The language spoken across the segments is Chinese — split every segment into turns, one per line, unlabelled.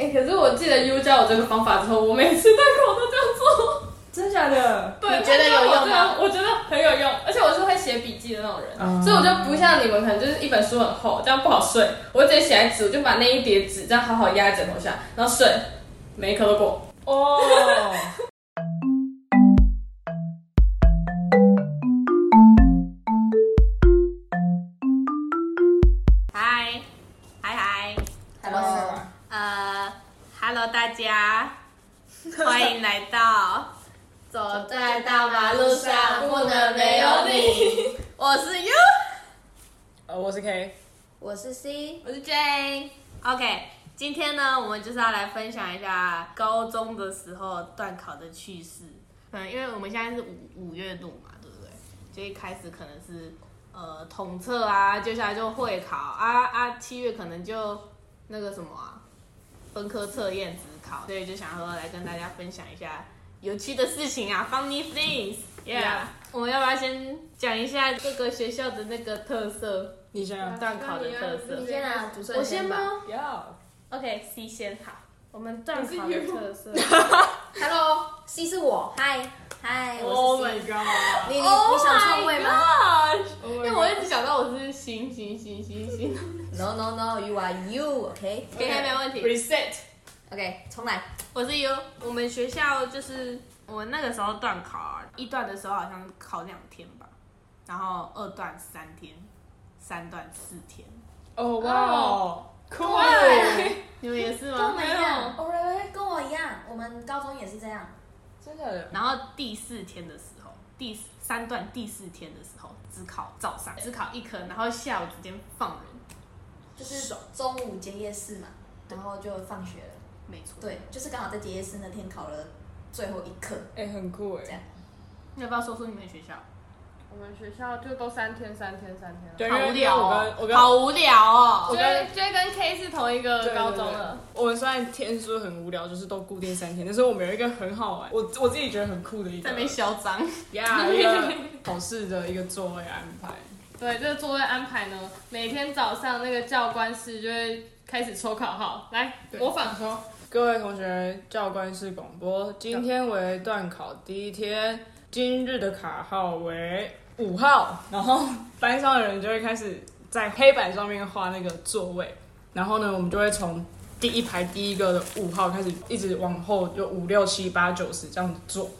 哎、可是我记得 U 教我这个方法之后，我每次戴口罩都这样做。
真假的？
对，
你觉得有用吗
我觉得很有用，而且我是会写笔记的那种人，
哦
嗯
所以我就不像你们，可能就是一本书很厚，这样不好睡。我直接写在纸，我就把那一叠纸这样好好压在枕头下，然后睡，每一科都过。
哦，
嗨，嗨嗨
Hello，
呃，Hello 大家，欢迎来到走在大马路上不能没有你，我是 You，
呃，我是 K，
我是 C，
我是 Jane。OK，今天呢，我们就是要来分享一下高中的时候断考的趣事。嗯，因为我们现在是五五月度嘛，对不对？就一开始可能是呃统测啊，接下来就会考啊啊，七月可能就那个什么啊，分科测验只考，所以就想说来跟大家分享一下有趣的事情啊，funny things，yeah。
Yeah
我们要不要先讲一下各个学校的那个特色，
你先啊
断考的特色？
你先拿主持人
我先
吧？
吗
要
？OK，C 先好。我们断考
你
的
是 you
特色，
？Hello，C 是我，嗨嗨，
Oh
我是 C。
god！
你你你想篡位吗
my god！
因
因为我一直想到我是星星星星 星。
？No No No，You are you，OK
OK，没问题。
reset，
OK，重来。
我是 U，我们学校就是我们那个时候断考啊，一段的时候好像考两天吧，然后二段三天，三段四天。
哦哇，
啊
对，
你们也 是
跟我
吗哎
们？一样，哦，really？跟我一样，我们高中也是这样。
真的
然后第四天的时候，第四三段第四天的时候只考早上，只考一科，然后下午直接放人。
就是中午结业式嘛，然后就放学了。
没错。
对，就是刚好在结业式那天考了最后一课。
哎，很酷
这样
哎，
你要不要说说你们学校？
我们学校就都三天三天三天了。
对，因
好
为
无
因为
聊
我跟
哦，
我跟
好无聊
我觉
哦。
觉
得
得
就跟 K 是同一个
对
高中了。。
对对我们虽然天数很无聊，就是都固定三天，但是我们有一个很好玩，我我自己觉得很酷的一个
在那边嚣张，
呀，一个考试的一个座位安排。
对，这个座位安排呢，每天早上那个教官室就会开始抽考号，来
对
模仿抽。
各位同学，教官室广播，今天为段考第一天，今日的卡号为五号，然后班上的人就会开始在黑板上面画那个座位，然后呢，我们就会从第一排第一个的五号开始，一直往后就五六七八九十这样子坐，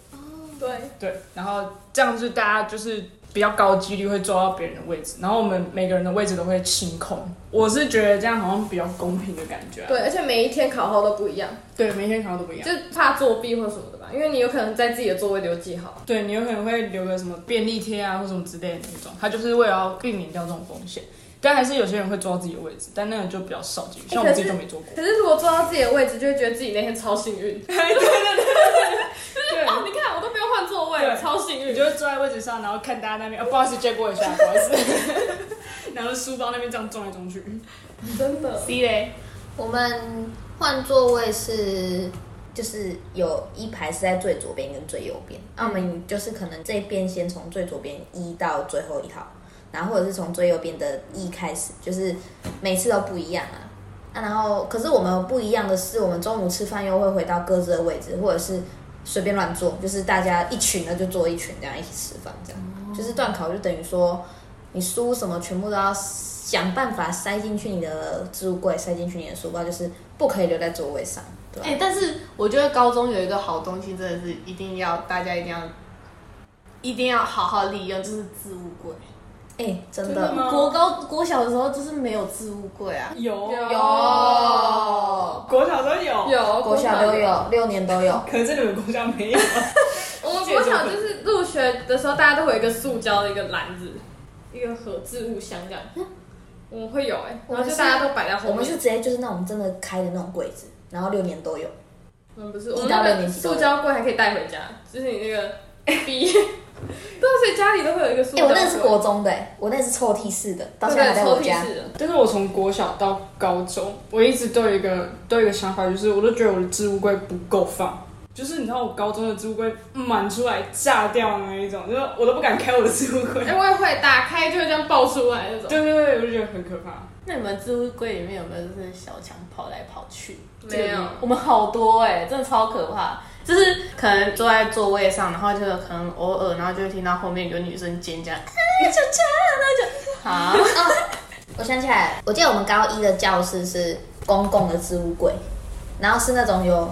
对，
对，然后这样就大家就是比较高几率会坐到别人的位置，然后我们每个人的位置都会清空，我是觉得这样好像比较公平的感觉啊、
对，而且每一天考号都不一样，
对，每天考都不一样
就。怕作弊或什么的吧，因为你有可能在自己的座位留记号。
对你有可能会留个什么便利贴啊，或什么之类的那种，它就是为了要避免掉这种风险。但还是有些人会坐到自己的位置，但那个就比较少见，像我们自己就没坐过。
可是如果坐到自己的位置，就会觉得自己那天超幸运。对对对，哦，你看我都不用换座位，
对
超幸
你
运。
就会坐在位置上，然后看大家那边，啊，不好意思，借过一下，不好意思。 然后书包那边这样撞来撞去，
真的，
C 嘞，
我们换座位是，就是有一排是在最左边跟最右边，那、我们就是可能这边先从最左边一到最后一号，然后或者是从最右边的一开始，就是每次都不一样啊。啊，然后可是我们不一样的是，我们中午吃饭又会回到各自的位置，或者是随便乱坐，就是大家一群的就坐一群，这样一起吃饭，这样、就是断考就等于说你书什么全部都要想办法塞进去你的置物柜，塞进去你的书包，就是不可以留在座位上，对吧
哎、但是我觉得高中有一个好东西，真的是一定要大家一定要一定要好好利用，就是置物柜。
哎、真的
真的吗
国高国小的时候就是没有置物柜啊，
有
哦
有，
国小都有，
有
国小都，有，六年都有。
可是你们国小没有。
我们国小就是入学的时候，大家都会有一个塑胶的一个篮子，一个盒置物箱这样。我们会有哎、
我
然后
们是
就大家都摆在后面。
我们是直接就是那种真的开的那种柜子，然后六年都有。
我嗯们不是，
一
我们
到
那
六
个
年级都
塑
有
胶柜还可以带回家，就是你那个 B，对， 啊所以家里都会有一个塑
哎、
胶
我
柜。
那个是国中的、哎，我那个是抽屉式的，到现在还
对
在
抽
我
屉
家。
式的，
但是我从国小到高中，我一直都有一个都有一个想法，就是我都觉得我的置物柜不够放。就是你知道我高中的置物柜满出来炸掉的那一种，就是我都不敢开我的置物柜
哎、。我也会打开就会这样爆出来那种。
对对对，我就觉得很可怕。
那你们置物柜里面有没有就是小强跑来跑去？
没有
我们好多哎、真的超可怕。就是可能坐在座位上，然后就可能偶尔，然后就会听到后面有女生尖叫，啊， 小强，然后就啊，
我想起来了，我记得我们高一的教室是公共的置物柜，然后是那种有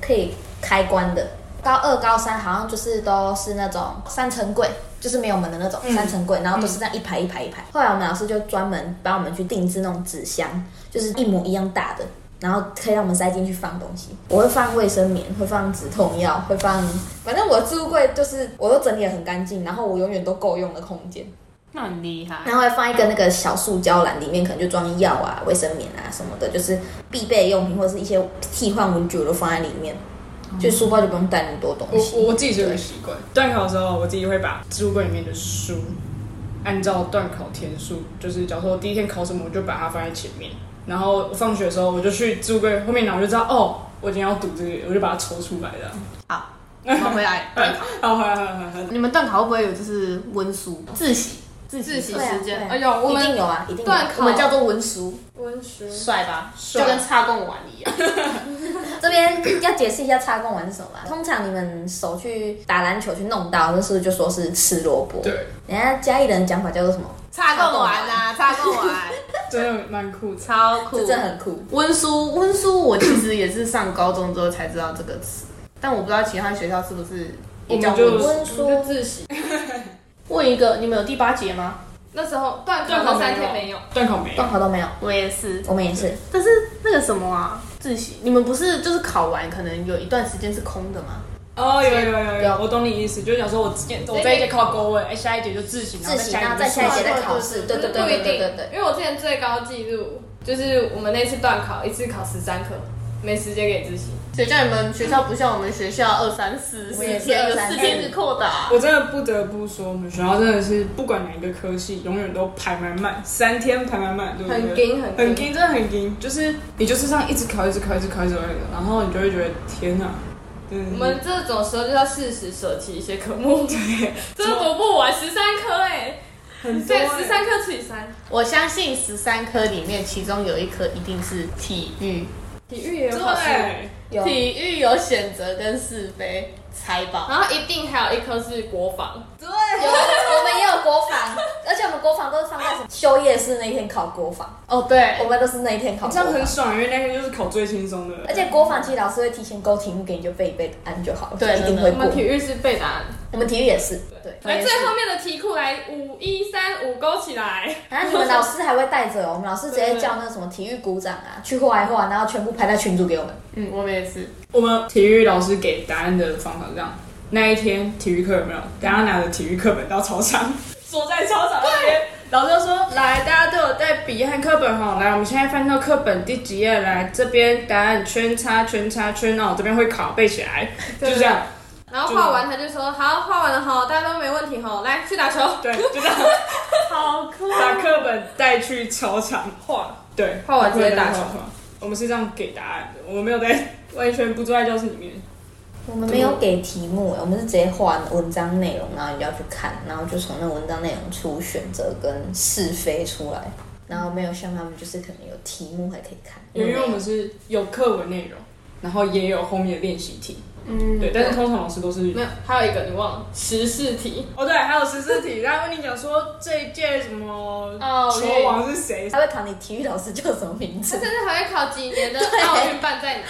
可以开关的。高二、高三好像就是都是那种三层柜，就是没有门的那种三层柜，然后都是这样一排一排一排。后来我们老师就专门帮我们去定制那种纸箱，就是一模一样大的，然后可以让我们塞进去放东西。我会放卫生棉，会放止痛药，会放，反正我的置物柜就是我都整理的很干净，然后我永远都够用的空间。
那很厉害。
然后还放一个那个小塑胶篮，里面可能就装药啊、卫生棉啊什么的，就是必备用品或者是一些替换文具，我都放在里面。就书包就不用带那么多东
我
西。
我自己就有个习惯，断考的时候我自己会把置物柜里面的书按照断考天数，就是假如说我第一天考什么，我就把它放在前面。然后我放学的时候，我就去置物柜后面拿，我就知道哦，我今天要读这个，我就把它抽出来的。
好，我们回 来断考。
好，好，好，好，好。
你们断考会不会有就是温书、自习、自
自习
对啊
时间，
对啊
哎呦，我
一
们
定有啊，一定有。
断考
我们叫做文书，
温书
帅吧？
帅
就跟插贡丸一样。
这边要解释一下插贡丸是什么吧。通常你们手去打篮球去弄到，那是不是就说是吃萝卜？
对，
人家嘉义人讲法叫做什么？
插贡丸啦，插贡丸，
真的蛮酷的。
超酷
这。真的很酷。
温书，温书，我其实也是上高中之后才知道这个词，但我不知道其他学校是不是也叫
我
温
们
书。
温
我们就
书
自习，
问一个，你们有第八节吗？
那时候断考那三天没有，
断考没有
断，考都没有，
我也是，
我们也是。
但是那个什么啊，自习，你们不是就是考完可能有一段时间是空的吗？
哦，有有有有
有
有，我懂你意思，就是想说我之前我这一节考国文，哎，下一节就自习，然后
自习，然后
再
再
下一
下一
节
节
就
再考试。对对对
不一
对对
定
对对，。
因为我之前最高纪录就是我们那次断考，一次考十三科，没时间给自习。
谁叫你们学校不像我们学校二三四
我
四
也是
天有
二三
四
四
天是扣的啊、
我真的不得不说，我们学校真的是不管哪一个科系，永远都排满满，三天排满满，对不对？
很紧很紧
很紧，真的很紧，就是你就是这样一直考，一直考，一直考，一直考，一直考然后你就会觉得天哪，真
嗯
的是
我们这种时候就是要适时舍弃一些科目， 对，真的读不完十三科哎，
很多
对，
欸
十三科除以三，
我相信十三科里面，其中有一科一定是体育，
体育也有考试，
对，
有
体育有选择跟是非，猜吧。
然后一定还有一科是国防，
有， 我们也有国防，而且我们国防都是放在什么休夜市那一天考国防，
哦，对
我，们都是那一天考国
这样
防
很。爽，因为那天就是考最轻松的，
而且国防其实老师会提前勾题目给你，就背一背答案就好了，
对
就一定会
我
过
们。体育是背答案。
我们体育也是，对。
来，最后面的题库来五一三五勾起来，
然后你们老师还会带着哦，我们老师直接叫那个什么体育股长啊去画一画，然后全部拍在群组给我们。
嗯，我们也是。
我们体育老师给答案的方法是这样：那一天体育课有没有？大家拿着体育课本到操场，坐在操场那边，老师就说：“来，大家都有带笔和课本哈，来，我们现在翻到课本第几页？来，这边答案圈叉圈叉圈哦，这边会考，背起来，就这样，
然后画完他就说好，画完了哈，大家都没问题哈，来去打球。
对，就这样，
好酷
把课本带去操场画，对，
画完直接打球
画。画我们是这样给答案的，我们没有在完全不坐在教室里面。”
我们没有给题目，我们是直接画文章内容，然后你就要去看，然后就从那文章内容出选择跟是非出来，然后没有像他们就是可能有题目还可以看。
因为我们是有课文内容，然后也有后面的练习题。
嗯，
对，但是通常老师都是
没有，还有一个你忘了时事题，
哦，对，还有十四题，然后跟你讲说这一届什么
哦
球王是谁，
他会考你体育老师叫什么名
他
字？
甚至还会考几年 的奥运办在哪。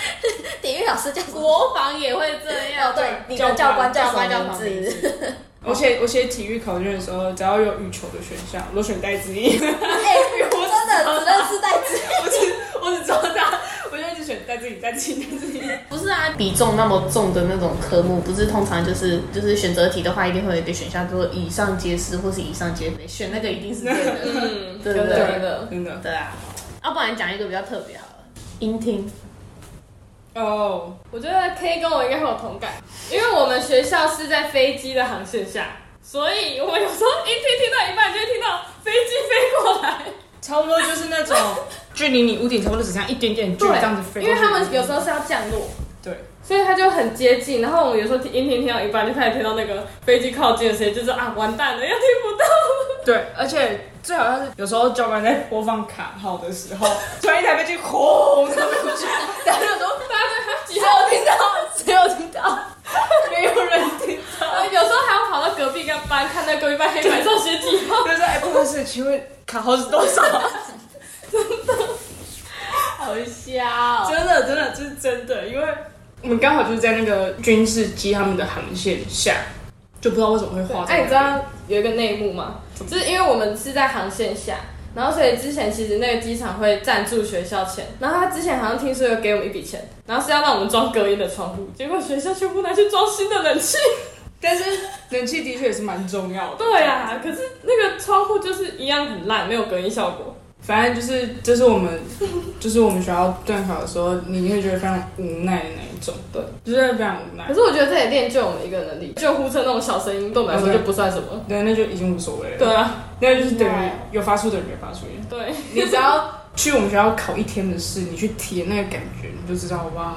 体育老师叫什么？
国防也会这
哦
样。，
对，你的教官叫什么名字？
我写我写体育考卷的时候，只要有羽球的选项，我都选戴资颖。
哎， 我真的只认识戴资颖。
我只我只知道他，我就一直选戴资颖，戴资颖，戴资颖。
不是啊，比重那么重的那种科目，不是通常就是就是选择题的话，一定会有一个选项，就是以上皆是或是以上皆非，选那个一定是对的。
嗯，
对
真
对
的
对
真的。
真的
对啊，要、不然讲一个比较特别好了，音听。
哦，
我觉得 K 跟我应该很有同感，因为我们学校是在飞机的航线下，所以我们有时候一听听到一半就会听到飞机飞过来。
差不多就是那种距离你屋顶差不多只剩下一点点距，这样子飞。
因为他们有时候是要降落，
对，
所以它就很接近。然后我们有时候听音听听到一半，就开始听到那个飞机靠近的声音，就是啊，完蛋了，要听不到。
对，而且最好像是有时候教官在播放卡号的时候，突然一台飞机轰飞过去，大家就说
几号听到？
谁有听到？没有人听到，
有时候还要跑到隔壁跟班看那隔壁班黑板上写几号。
就说哎，不好意思，请问卡号是多少？
好笑、
真的真的这是真的，因为我们刚好就是在那个军事机他们的航线下，就不知道为什么会画。
哎、你知道有一个内幕吗？就是因为我们是在航线下，然后所以之前其实那个机场会赞助学校钱，然后他之前好像听说有给我们一笔钱，然后是要让我们装隔音的窗户，结果学校全部拿去装新的冷气。
但是人气的确也是蛮重要的。
对啊，可是那个窗户就是一样很烂，没有隔音效果。
反正就是，这是我们，就是我们学校段考的时候，你会觉得非常无奈的那一种，
对，
就是非常无奈
可。是我觉得这也练就我们一个能力，救护车那种小声音对我们来说就不算什么。
对，那就已经无所谓了。
对，啊，
那就是等于有发出的人没发出。
对，
你只要去我们学校考一天的试，你去体验那个感觉，你就知道哇，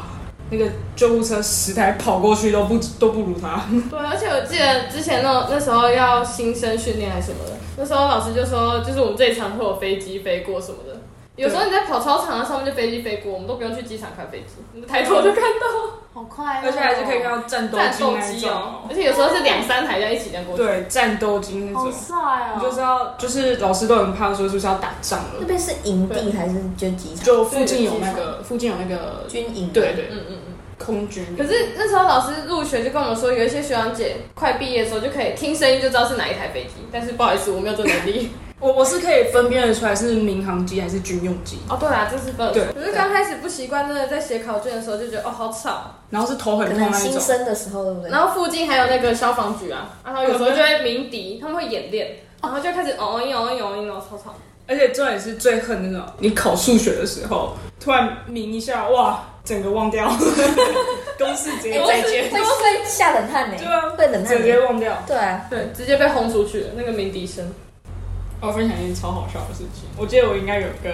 那个救护车十台跑过去都不都不如他。
对，而且我记得之前那种那时候要新生训练还是什么的，那时候老师就说，就是我们这一场会有飞机飞过什么的。有时候你在跑操场啊，上面就飞机飞过，我们都不用去机场看飞机，你抬头就看 到
好快、哦，
而且还是可以看到战斗
战
机
斗
那一
机
种，
哦，而且有时候是两三台这样一起这样过去。
对，战斗机那
好
种，
帅哦、
你就知道，就是老师都很怕说是不是要打仗
那
了，
边是营地还是就机场？
就附近有那个附近有那个
军营。
对，对，
嗯嗯嗯。
空军。
可是那时候老师入学就跟我们说，有一些学长姐快毕业的时候就可以听声音就知道是哪一台飞机，但是不好意思，我没有这能力。
我我是可以分辨得出来是民航机还是军用机，
哦，对啦，这是分了
对
可是刚开始不习惯，真的在写考卷的时候就觉得哦好吵，
然后是头很
可
痛
能
那一
新
种。
生的时候，对不对？
然后附近还有那个消防局啊，然后有时候就会鸣笛，他们会演练，然后就开始哦哦一哦一哦一哦超吵。
而且重点是最恨那种你考数学的时候突然鸣一下，哇，整个忘掉，公式直接
哎
再见，
会会吓冷汗呢、
对啊
会冷汗
直
呢、
接忘掉。
对啊，
对，直接被轰出去了那个鸣笛声。
我哦分享一件超好笑的事情，我记得我应该有跟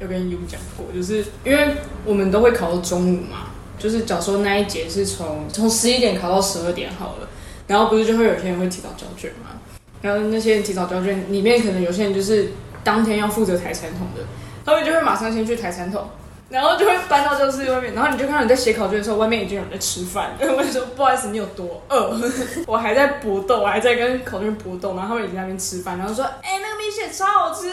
有跟 U 讲过，就是因为我们都会考到中午嘛，就是假如说那一节是从从十一点考到十二点好了，然后不是就会有些人会提早交卷嘛，然后那些人提早交卷里面可能有些人就是当天要负责抬餐桶的，他们就会马上先去抬餐桶。然后就会搬到教室外面，然后你就看到你在写考卷的时候，外面已经有人在吃饭。 我就说不好意思，你有多饿？ 我还在搏斗，我还在跟考卷搏斗，然后他们已经在那边吃饭，然后说：“哎、那个米线超好吃，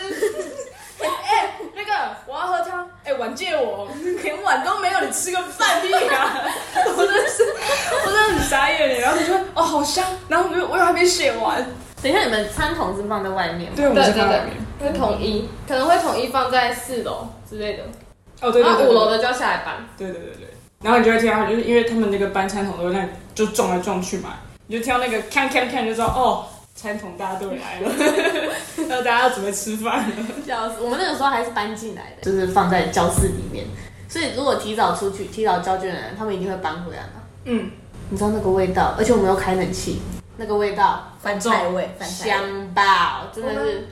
哎、那个我要喝汤，哎、碗借我， 连碗都没有，你吃个饭屁啊！” 我真是，我真的很傻眼耶。然后你就会哦，好香，然后我就我又还没写完，
等一下，你们餐桶是放在外面吗？
对，我们
对
是
对
看到
对
外面。，
会统一，可能会统一放在四楼之类的，
哦，对
然
对
后
对，
啊五
对
楼的就要下来搬。
对对对对，然后你就会听到，就是因为他们那个搬餐桶都会那就撞来撞去嘛，你就听到那个看看看就知道哦，餐桶大家都来 了，然后大家要准备吃饭了。
教室，我们那个时候还是搬进来的，就是放在教室里面。所以如果提早出去、提早交卷的人，他们一定会搬回来嘛。
嗯，
你知道那个味道，而且我们又开冷气，那个味道
饭菜味，饭菜味。
香爆，真的是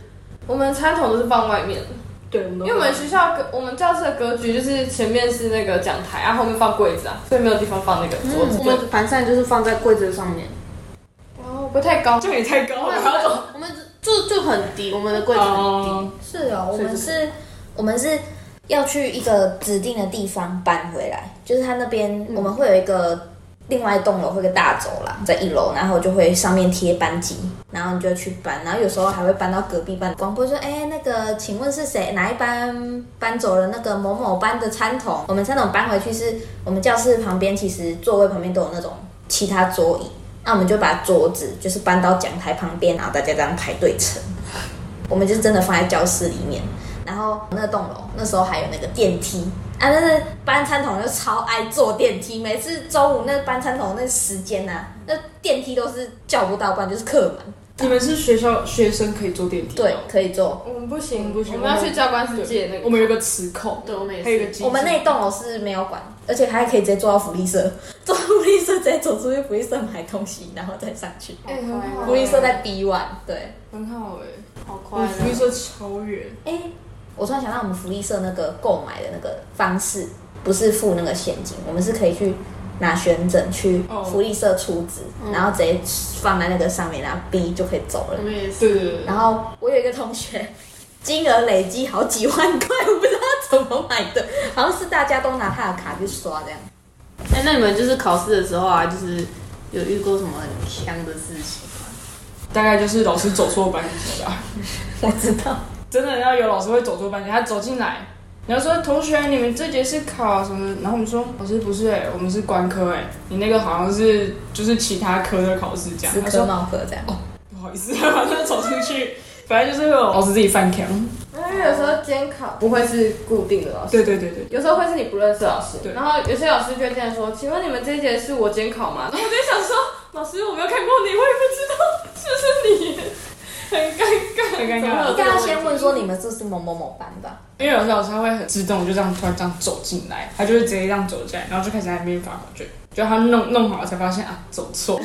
我们餐桶都是放外面，
对，我们
因为我们学校格我们教室的格局就是前面是那个讲台，啊后面放柜子啊，所以没有地方放那个桌子。
我们盘扇就是放在柜子上面，
哦，不太高，
这也太高了，然 后
我们就就很低，我们的柜子很低。
哦，
是哦，我
所以
们，
就是
我们是要去一个指定的地方搬回来，就是他那边
嗯
我们会有一个另外一栋楼，会有一个大走廊在一楼，然后就会上面贴班级，然后你就去搬，然后有时候还会搬到隔壁班，广播说，哎，那个请问是谁哪一班搬走了那个某某班的餐桶？我们餐桶搬回去是我们教室旁边，其实座位旁边都有那种其他桌椅。那我们就把桌子就是搬到讲台旁边，然后大家这样排队乘。我们就是真的放在教室里面，然后那栋楼那时候还有那个电梯啊，但是搬餐桶就超爱坐电梯，每次中午那搬餐桶那时间呐、啊，那电梯都是叫不到，不然就是客满。
你们是学校学生可以坐电梯的
对
哦，，
可以坐。
我们不行
不行
嗯我们要去教官室借那个。
我们有个磁扣，
对，我们也
还有一个
是。
机制
我们那栋楼是没有管，而且还可以直接坐到福利社， 坐到福利社直接走出去福利社买东西，然后再上去。
哎很好
福利社在 B one，对。
很好哎，
好快
我
哦乐
福利社超远，
哎、我突然想到我们福利社那个购买的那个方式，不是付那个现金，我们是可以去拿选整去
哦
福利社出资，然后直接放在那个上面，然后 B 就可以走了
我。们也是，
是，
然后我有一个同学，金额累积好几万块，我不知道他怎么买的，好像是大家都拿他的卡去刷这样。
哎、那你们就是考试的时候啊，就是有遇过什么很香的事情吗？
大概就是老师走错班级吧。
我知道，
真的要有老师会走错班级，他走进来，然后说同学你们这节是考什么？然后我们说老师不是哎、我们是官科哎、你那个好像是就是其他科的考试这样。
死
他
磕
说
帽壳这样。
不好意思， 把他走出去，反正就是会有老师自己犯坑。
因为有时候监考不会是固定的老师，啊
对对对对，
有时候会是你不认识的老师
对，
然后有些老师就会这样说：“请问你们这一节是我监考吗？”然后我就想说：“老师，我没有看过你，我也不知道是不是你。” 很尴尬，
很尴尬
怎么会有
应
这
该
种
要
问题
先问说你们是不是某某某班吧？
因为有时候老师他会很自动就这样突然这样走进来，他就会直接这样走进来，然后就开始在那边发考卷，就他弄弄好了才发现啊走 错。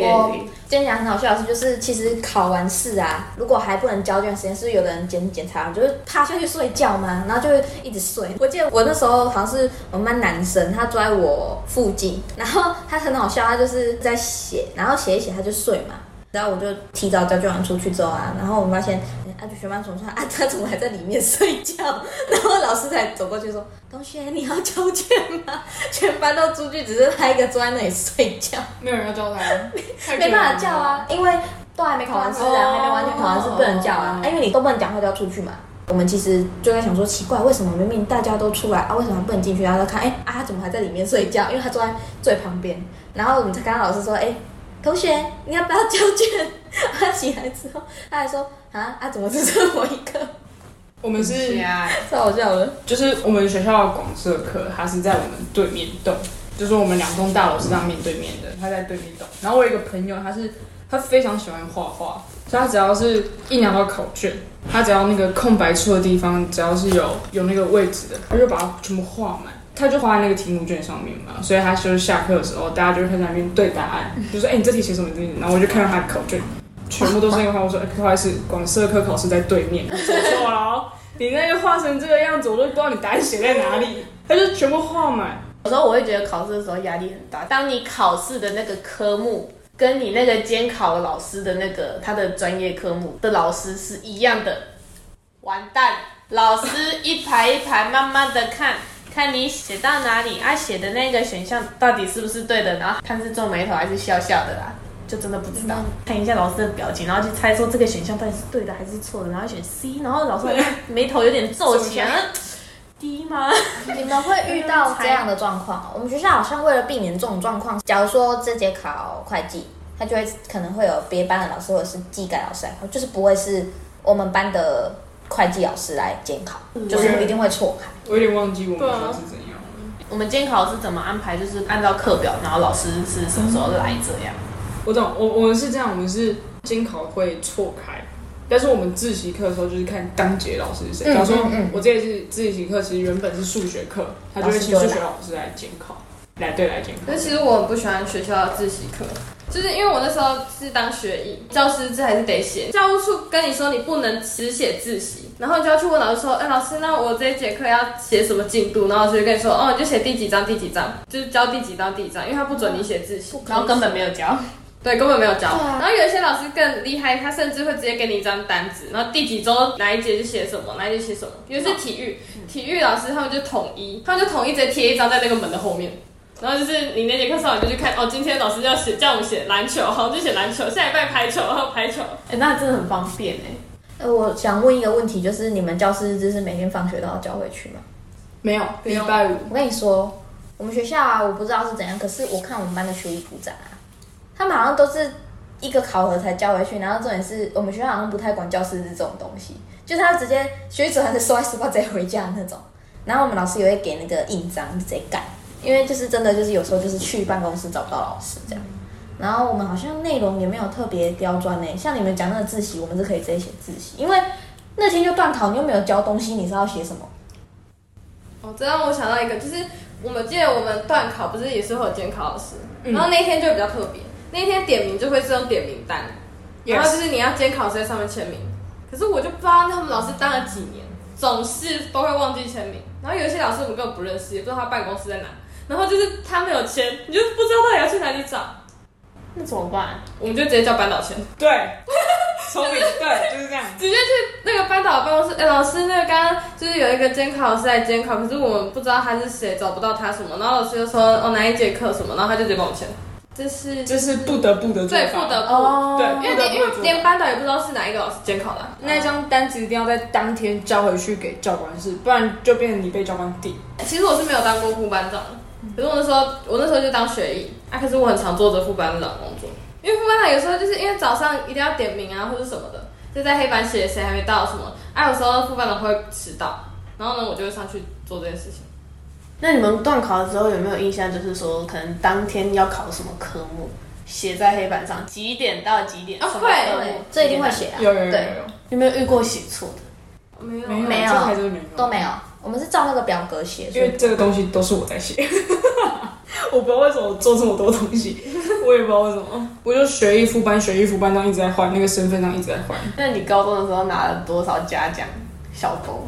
我今天讲很好笑的是，就是其实考完试啊，如果还不能交卷时间，是不是有的人检检查完就是趴下去睡觉嘛，然后就会一直睡。我记得我那时候好像是我们班男生，他坐在我附近，然后他很好笑，他就是在写，然后写一写他就睡嘛。然后我就提早交卷完出去之后啊，然后我们发现，哎啊，就全班总说啊，他怎么还在里面睡觉？然后老师才走过去说：“同学，你要交卷吗？”全班都出去，只是他一个坐在那里睡觉。
没有人要叫他，啊太可
没
怜
办
了
法叫。啊，因为都还没考完试啊，还没完全考完试，不能叫啊，因为你都不能讲话就要出去嘛。我们其实就在想说，奇怪，为什么明明大家都出来啊，为什么不能进去？然后就看，哎、啊，他怎么还在里面睡觉？因为他坐在最旁边。然后我们才看到老师说，哎、同学，你要不要交卷？ 他起来之后，他还说，啊啊，怎么只剩我一个？
我们
嗯
是
啊
呀，
太好笑了。
就是我们学校的广设科，它是在我们对面栋，就是我们两栋大楼是这样面对面的，它在对面栋。然后我有一个朋友，他是他非常喜欢画画，所以他只要是一拿到考卷，他只要那个空白处的地方，只要是有有那个位置的，他就把它全部画满。他就画在那个题目卷上面嘛，所以他就是下课的时候，大家就会开始在那边对答案，就说：“哎、你这题写什么？你这题。”然后我就看到他的考卷，全部都是那个画。我说：“哎、不好意思，广设科考试在对面，走错了哦。”你那个画成这个样子，我都不知道你答案写在哪里，他就全部画满。
有时候我会觉得考试的时候压力很大。当你考试的那个科目跟你那个监考老师的那个他的专业科目的老师是一样的，完蛋！老师一排一排慢慢的看， 看你写到哪里啊，写的那个选项到底是不是对的，然后看是皱眉头还是笑笑的啦。就真的不知道，嗯看一下老师的表情，然后去猜说这个选项到底是对的还是错的，然后选 C，然后老师好像眉头有点皱起 来
皱起来
嗯，D 吗？
你们会遇到这样的状况？我们学校好像为了避免这种状况，假如说这节考会计，他就会可能会有别班的老师或者是技改老师来考，就是不会是我们班的会计老师来监考，就是一定会错开。
我有点忘记我们说是怎样了。
我们监考是怎么安排？就是按照课表，然后老师是什么时候来这样。
我懂，我我们是这样，我们是监考会错开，但是我们自习课的时候就是看当节老师是谁。
嗯
假如说
嗯嗯
我这一次自习课其实原本是数学课，他就会请数学老师来监考，来对来监考
可。是其实我很不喜欢学校的自习课，就是因为我那时候是当学艺，教师字还是得写。教务处跟你说你不能只写自习，然后你就要去问老师说，哎、老师，那我这一节课要写什么进度？然后老师就跟你说，哦，你就写第几章第几章，就是教第几章第几章，因为他不准你写自习，
然后根本没有教，
对，根本没有教。
对啊
然后有一些老师更厉害，他甚至会直接给你一张单子，然后第几周哪一节就写什么，哪一节写什么。尤其是体育，体育老师他们就统一，他们就统一直接贴一张在那个门的后面。然后就是你那节课上完就去看哦，今天老师要写叫我们写篮球，好就写篮球，下礼拜排球，然后排球。
哎、那真的很方便哎、
哎，我想问一个问题，就是你们教师资是每天放学都要交回去吗？
没有，礼拜五
我跟你说，我们学校啊，我不知道是怎样，可是我看我们班的学艺股长啊，他们好像都是一个考核才交回去，然后重点是我们学校好像不太管教师日这种东西，就是他直接学艺组还是收在书包直接回家的那种。然后我们老师也会给那个印章就直接盖，因为就是真的就是有时候就是去办公室找不到老师这样。然后我们好像内容也没有特别刁钻呢、像你们讲那个自习，我们是可以直接写自习，因为那天就断考，你又没有交东西，你是要写什么？
哦，这让我想到一个，就是我们记得我们段考不是也是会有监考老师，然后那一天就比较特别，那一天点名就会是用点名单，然后就是你要监考师在上面签名，可是我就不知道他们老师当了几年，总是都会忘记签名，然后有一些老师我们根本不认识，也不知道他办公室在哪，然后就是他没有签，你就不知道到底要去哪里找，
那怎么办？
我们就直接叫班导签，
对， 聪明，对，就是这样。
直接去那个班导办公室，哎、老师，那个刚刚就是有一个监考老师来监考，可是我们不知道他是谁，找不到他什么，然后老师就说哦哪一节课什么，然后他就直接帮我签，这是
这是不得不的做
最
法
不得不。
哦
哦
因
对，
为
不得
连因
不的
为
做
连
法。
班导也不知道是哪一个老师监考的啊、
那张单子一定要在当天交回去给教官室，不然就变成你被教官顶。
其实我是没有当过副班长的，可是我那时候我那时候就当学艺啊，可是我很常做着副班长的工作，因为副班长有时候就是因为早上一定要点名啊或者什么的，就在黑板写谁还没到什么，啊有时候副班长会迟到，然后呢我就会上去做这件事情。
那你们断考的时候有没有印象？就是说，可能当天要考什么科目，写在黑板上，几点到几点？
啊
什么
会
科目
对，这一定会写啊，
有有有有
对，
有，
有没有遇过写错的？
没有啊
有，
没有
这还真没有，
都没有，我们是照那个表格写，
因为这个东西都是我在写， 我不知道为什么我做这么多东 西，我也不知道为什么，我就学艺副班，学艺副班，上一直在换那个身份，上一直在换，
那你高中的时候拿了多少嘉奖、小功？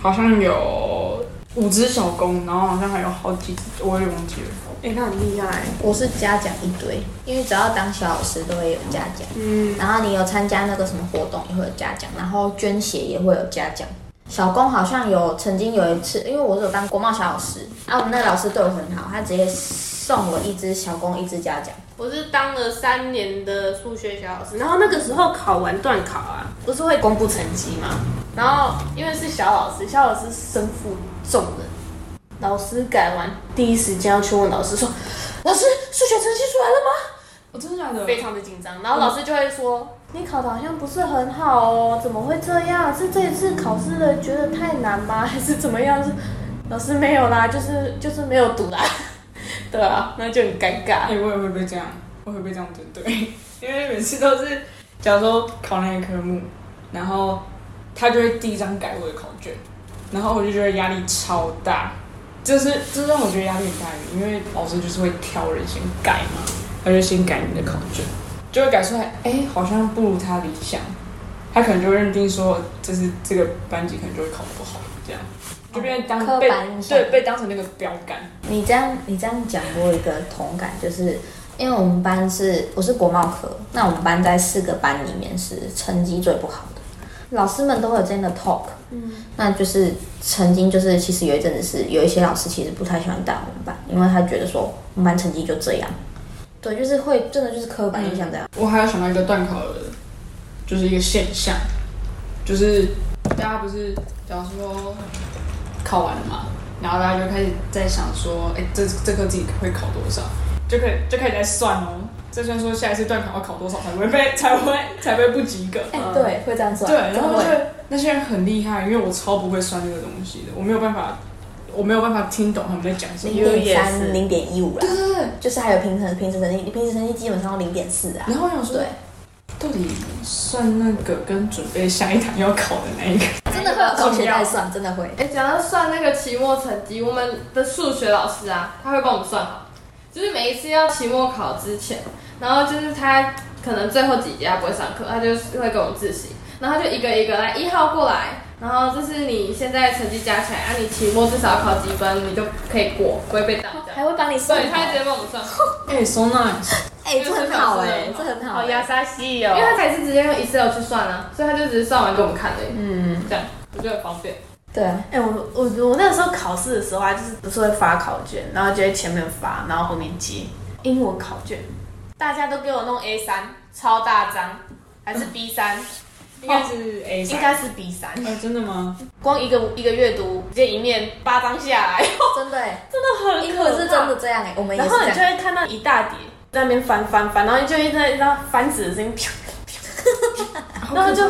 好像有五只小弓，然后好像还有好几只，我也忘记了。
哎、那很厉害。
我是嘉奖一堆，因为只要当小老师都会有嘉奖，
嗯，
然后你有参加那个什么活动也会有嘉奖，然后捐血也会有嘉奖。小工好像有曾经有一次，因为我是有当国贸小老师，啊，我们那个老师对我很好，他直接送我一只小工，一只嘉奖。
我是当了三年的数学小老师，然后那个时候考完段考啊，不是会公布成绩吗？然后因为是小老师，小老师身负重任，老师改完第一时间要去问老师说，老师数学成绩出来了吗？
我真的假的
非常的紧张，然后老师就会说，你考的好像不是很好哦，怎么会这样？是这一次考试的觉得太难吗？ 还是怎么样？是老师没有啦，就是就是没有读啦， 对啊，那就很尴尬
哎、。我也会被这样，我会被这样针对，因为每次都是，假如说考那个科目，然后他就会第一张改我的考卷，然后我就觉得压力超大，就是这让我觉得压力很大的原因，因为老师就是会挑人先改嘛，他就先改你的考卷，就会改出来，哎、好像不如他理想，他可能就会认定说，这是这个班级可能就会考得不好，这样就变成
哦刻
当被
板印象
对被当成那个标杆，
你这样你这样讲，我有一个同感，就是因为我们班是我是国贸科，那我们班在四个班里面是成绩最不好的，老师们都会有这样的 talk，嗯，那就是曾经就是其实有一阵子是有一些老师其实不太喜欢带我们班，因为他觉得说我们班成绩就这样，对，就是会真的就是刻板印象这样。
我还要想到一个断考的，就是一个现象，就是大家不是假如说考完了嘛，然后大家就开始在想说，哎、这这科自己会考多少，就可以就开始在算哦，在算说下一次断考要考多少才不会被 才会才会不及格。
哎、对，会这样说。
嗯对，然后
真的
就
会
那些人很厉害，因为我超不会算这个东西的，我没有办法，我没有办法听懂他们在讲什么。
零点三、零点一五啦，
对对对，
就是还有平时平时成绩，平时成绩基本上零点四啊。
然后我想说
对，
到底算那个跟准备下一堂要考的那一个？
真的会有高学代算，真的会。
哎，讲到算那个期末成绩，我们的数学老师啊，他会帮我们算好，就是每一次要期末考之前，然后就是他可能最后几节他不会上课，他就是会给我们自习，然后他就一个一个来一号过来，然后这是你现在成绩加起来，啊，你期末至少要考几分，你就可以过，不会被挡这样。
还会帮你算
对，
好。
他会直接帮我们算好，
哎、s o nice。
哎、这很好哎、这很好、
好
欸。
压沙西哦
因为他才是直接用 Excel 去算啊，所以他就只是算完给我们看的，嗯，这样我觉得很方便。
对啊，
哦
哎、我我我那时候考试的时候啊，就是不是会发考卷，然后就会前面发，然后后面接英文考卷，
大家都给我弄 A 三，超大张，还是 B 三？
应该
哦
是 A 三
应该是 B 三。
呃，真的吗？
光一个一个阅读，直接一面八张下来，
真的哎、
真的很
英
可
文
怕
是真的。这样哎、我们也
然
是
后
这
你就
样。
会看到一大叠在那边翻翻翻，然后你就一直在那翻纸的声音，啪
然后就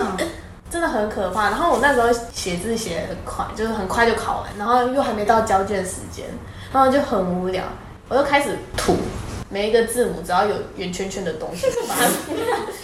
真的很可怕。然后我那时候写字写的很快，就是很快就考完，然后又还没到交卷时间，然后就很无聊，我就开始涂每一个字母，只要有圆圈圈的东西，把它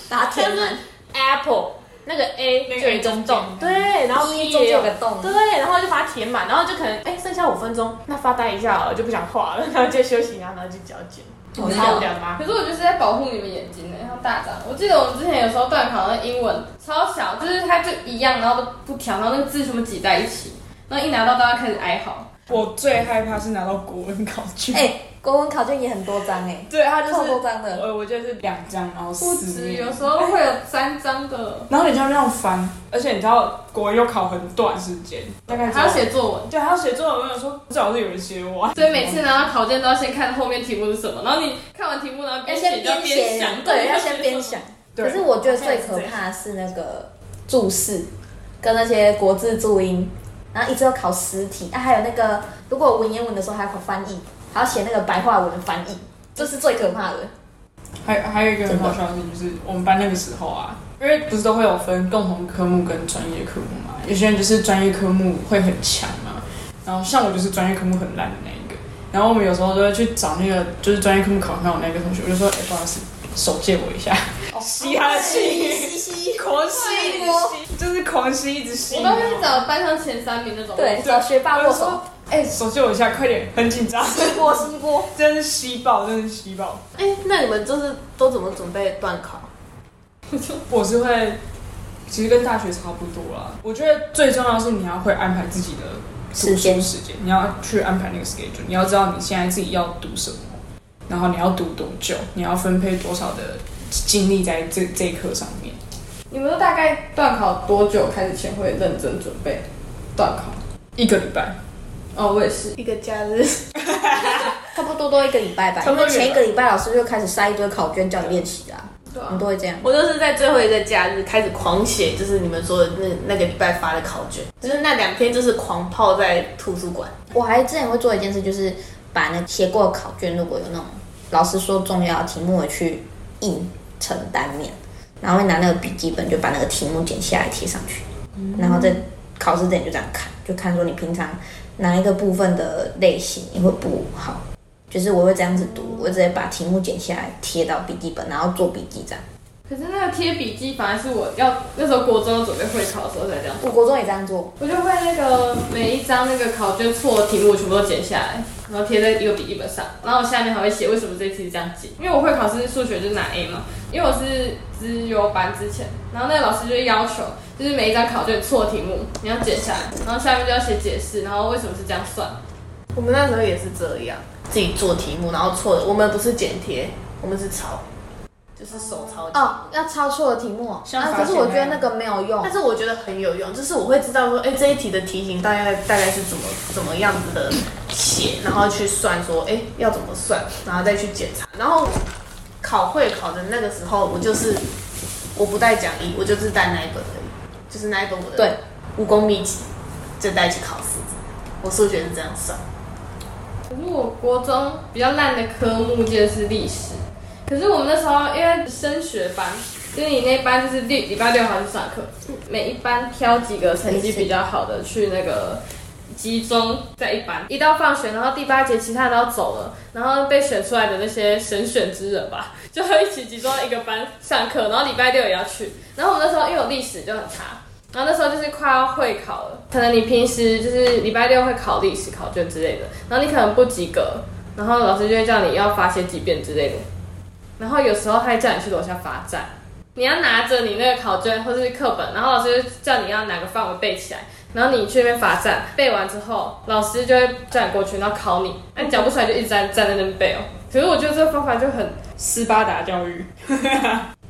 把它填
就
满
是 apple 那个 A
个
最中洞，对，然后 B
中
也
间有
有
个洞
对，然后就把它填满，然后就可能哎剩下五分钟，那发呆一下好了，就不想画了，然后就休息，然后然后就交卷，
好
你
嗯
像
有两吗
可？是我就是在保护你们眼睛呢、欸，要大张。我记得我们之前有时候段考那英文超小，就是它就一样，然后都不调，然后那个字全部挤在一起。那一拿到大家开始哀嚎，
我最害怕是拿到国文考卷，
哎、国文考卷也很多张哎、
对，它就是
超多张的
呃，我记得是两张，然后
不
四
止，
面
有时候会有三张的，
然后你就要那样翻，而且你知道国文又考很短时间，大概只
还要，写作文。
对，还要写作文。我想说，最好是有人写我啊。
所以每次拿到考卷都要先看后面题目是什么，然后你看完题目，然后
要
边
先
写就
边
哎边
写
想，，
对，要先边想。。
对
可是我觉得最可怕的是那个注释跟那些国字注音，然后一直要考实体啊，还有那个如果文言文的时候还要考翻译，还要写那个白话文翻译，这是最可怕的。
还还有一个很好笑的事情，就是我们班那个时候啊，因为不是都会有分共同科目跟专业科目嘛，有些人就是专业科目会很强嘛，然后像我就是专业科目很烂的那一个，然后我们有时候都会去找那个就是专业科目考很好的那个同学，我就说，哎、不好意思，手借我一下，哦 吸他的气，
嘻嘻，
狂吸，一直吸，就是狂吸，一直吸。
我都会去找班上前三名那种。
对，找学霸握手，
哎、手借我一下，快点，很紧张，
吸波吸波。
真是吸爆，真是吸爆。
哎、那你们就是都怎么准备断考？
我是会，其实跟大学差不多啦。我觉得最重要的是你要会安排自己的读
时间
书时间，你要去安排那个 schedule，你要知道你现在自己要读什么，然后你要读多久，你要分配多少的精力在这这一课上面。
你们都大概段考多久开始前会认真准备段考？
一个礼拜，
哦，我也是。
一个假日，
差不多都一个礼拜吧，
差
因
不多
为前一个礼拜老师就开始塞一堆考卷叫你练习啦，
对
我们
啊，
都会这样。
我就是在最后一个假日开始狂写，就是你们说的那那个礼拜发的考卷，就是那两天就是狂泡在图书馆。
我还之前会做一件事，就是把那写过的考卷，如果有那种老师说重要的题目，我去印成单面，然后会拿那个笔记本就把那个题目剪下来贴上去，然后在考试之前就这样看，就看说你平常哪一个部分的类型你会不好。就是我会这样子读，我直接把题目剪下来贴到笔记本，然后做笔记这样。
可是那个贴笔记反而是我要那时候国中要准备会考的时候才这样。
我国中也这样做，
我就会那个每一张那个考卷错的题目，我全部都剪下来，然后贴在一个笔记本上，然后我下面还会写为什么这次是这样记，因为我会考试数学就是拿 A 嘛，因为我是资优班之前，然后那个老师就要求，就是每一张考卷错的题目你要剪下来，然后下面就要写解释，然后为什么是这样算，
我们那时候也是这样，自己做题目，然后错的，我们不是剪贴，我们是抄，就是手抄。
哦，要抄错的题目哦，
像
啊，
罚
可是我
写
觉得
那
那
样
个没有用
但，是我觉得很有用，就是我会知道说，哎、这一题的题型大概大概是怎么怎么样子的写，然后去算说，哎、要怎么算，然后再去检查。然后考会考的那个时候，我就是我不带讲义，我就是带那一本而已，就是那一本我的
对
武功秘籍，就带去考试。我数学是这样算，
可是我国中比较烂的科目竟然是历史，可是我们那时候因为升学班，就是你那班就是礼礼拜六还是上课，每一班挑几个成绩比较好的去那个。集中在一班，一到放学，然后第八节其他人都走了，然后被选出来的那些神选之人吧， 就会一起集中到一个班上课，然后礼拜六也要去。然后我们那时候因为我历史就很差，然后那时候就是快要会考了，可能你平时就是礼拜六会考历史考卷之类的，然后你可能不及格，然后老师就会叫你要罚写几遍之类的，然后有时候还叫你去楼下罚站，你要拿着你那个考卷或是课本，然后老师就叫你要哪个范围背起来，然后你去那边罚站，背完之后老师就会叫你过去，然后考你，那你讲不出来就一直站站在那边背哦。可是我觉得这个方法就很，
斯巴达教育，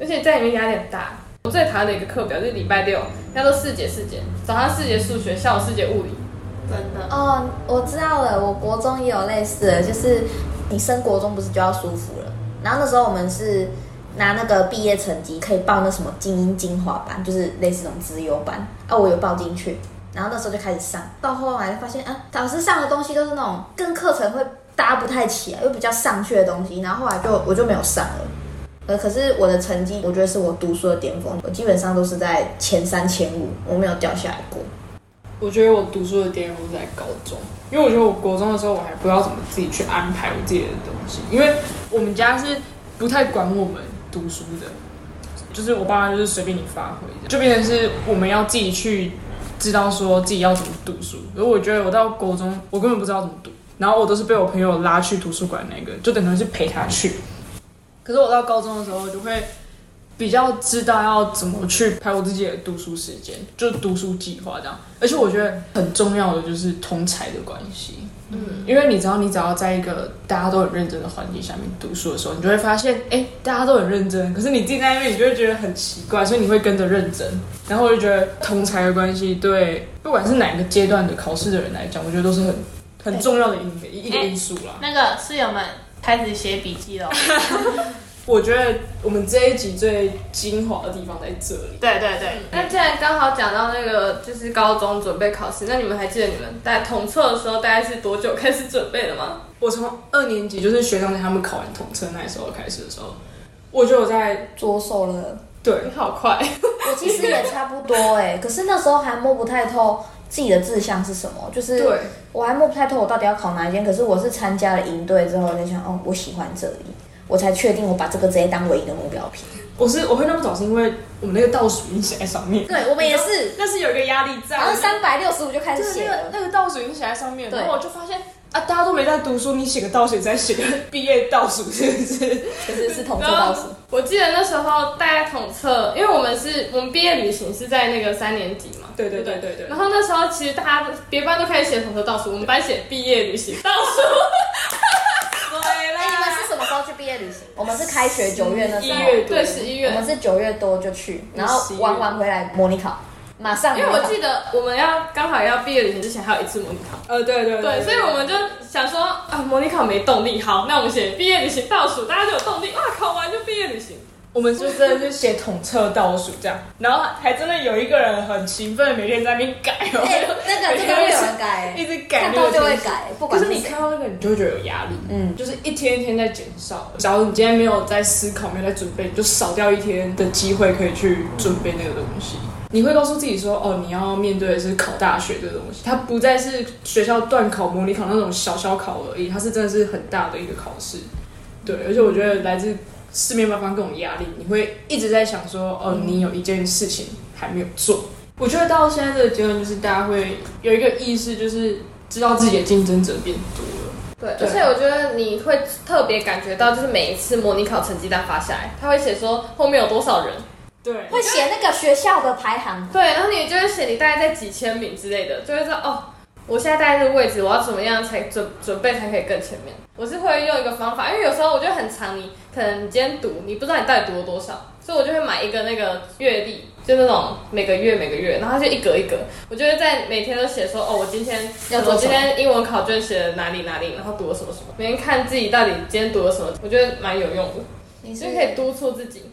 而且在里面压力很大。我最讨厌的一个课表就是礼拜六，要做四节四节，早上四节数学，下午四节物理。
真的。
哦，我知道了，我国中也有类似的，就是你升国中不是就要舒服了？然后那时候我们是拿那个毕业成绩可以报那什么精英精华班，就是类似这种资优班啊，我有报进去，然后那时候就开始上，到后来发现啊，老师上的东西都是那种跟课程会搭不太起来，又比较上去的东西，然后后来就我就没有上了。呃，可是我的成绩，我觉得是我读书的巅峰，我基本上都是在前三、前五，我没有掉下来过。
我觉得我读书的巅峰是在高中，因为我觉得我国中的时候我还不知道怎么自己去安排我自己的东西，因为我们家是不太管我们读书的，就是我爸妈就是随便你发挥这样，就变成是我们要自己去知道说自己要怎么读书。而我觉得我到国中，我根本不知道怎么读，然后我都是被我朋友拉去图书馆那个，就等于是陪他去。可是我到高中的时候，我就会比较知道要怎么去排我自己的读书时间，就读书计划这样。而且我觉得很重要的就是同才的关系，嗯，因为你知道，你只要在一个大家都很认真的环境下面读书的时候，你就会发现，哎、大家都很认真，可是你自己在那边，你就会觉得很奇怪，所以你会跟着认真。然后我就觉得同才的关系对不管是哪个阶段的考试的人来讲，我觉得都是很很重要的一个一个因素啦。
那个室友们开始写笔记了。
我觉得我们这一集最精华的地方在这里。
对对对，
那既然刚好讲到那个就是高中准备考试，那你们还记得你们在统测的时候大概是多久开始准备的吗？
我从二年级就是学长姐他们考完统测那时候开始的时候，我就有在
着手了。
对
你好快，
我其实也差不多哎、可是那时候还摸不太透自己的志向是什么，就是
对
我还摸不太透我到底要考哪一间。可是我是参加了营队之后，我在想哦，我喜欢这里，我才确定我把这个直接当唯一的目标品。
我是我会那么早是因为我们那个倒数已经写在上面，
对我们也是，
但是有一个压力在，
然后啊三百六十五就开始
对
写
那个
了。
那个倒数已经写在上面，
对
然后我就发现啊，大家都没在读书，你写个倒数，你再写个 毕业倒数是不是？
可是是同桌
然
倒
后
数，
我记得那时候大家统测，因为我们是我们毕业旅行是在那个三年级嘛，
对对对
不
对对
然后那时候其实大家别班都开始写统测倒数，我们班写毕业旅行倒数，
哎、
啊
你们是什么时候去毕业旅行？我们是开学九月那
一
时候，
月多
对，十一月
我们。是九月多就去，然后
11月
玩完回来模拟考，马上 模
因为
拟考。
我记得我们要刚好要毕业旅行之前还有一次模拟考，
呃对对
对，所以我们就想说啊，模拟考没动力，好，那我们写毕业旅行倒数，大家就有动力，哇，考完就毕业旅行。
我们就真的是写统测倒数这样，然后还真的有一个人很勤奋，每天在那边改哦，
哎、那个这个会有人改、 欸
一直改
看
那
到
个
就会
东西。
改，不
可
管
是
是
你
谁
看到那个，你就会觉得有压力，
嗯
嗯，就是一天一天在减少。假如你今天没有在思考，没有在准备，你就少掉一天的机会可以去准备那个东西。你会告诉自己说，哦，你要面对的是考大学这个东西，它不再是学校段考、模拟考那种小小考而已，它是真的是很大的一个考试。对，而且我觉得来自四面八方各种压力，你会一直在想说，哦，你有一件事情还没有做。我觉得到现在这个阶段，就是大家会有一个意识，就是知道自己的竞争者变多了。
对，
对
而且我觉得你会特别感觉到，就是每一次模拟考成绩单发下来，他会写说后面有多少人，
对，
会写那个学校的排行，
对，然后你就会写你大概在几千名之类的，就会知道哦，我现在大概这个位置，我要怎么样才准准备才可以更前面。我是会用一个方法，因为有时候我觉得很长，你可能你今天读，你不知道你到底读了多少，所以我就会买一个那个月历，就那种每个月每个月，然后它就一格一格，我就会在每天都写说，哦，我今天
要做
我今
什么
天英文考卷写了哪里哪里，然后读了什么什么，每天看自己到底今天读了什么，我觉得蛮有用的。
你
就可以督促自己，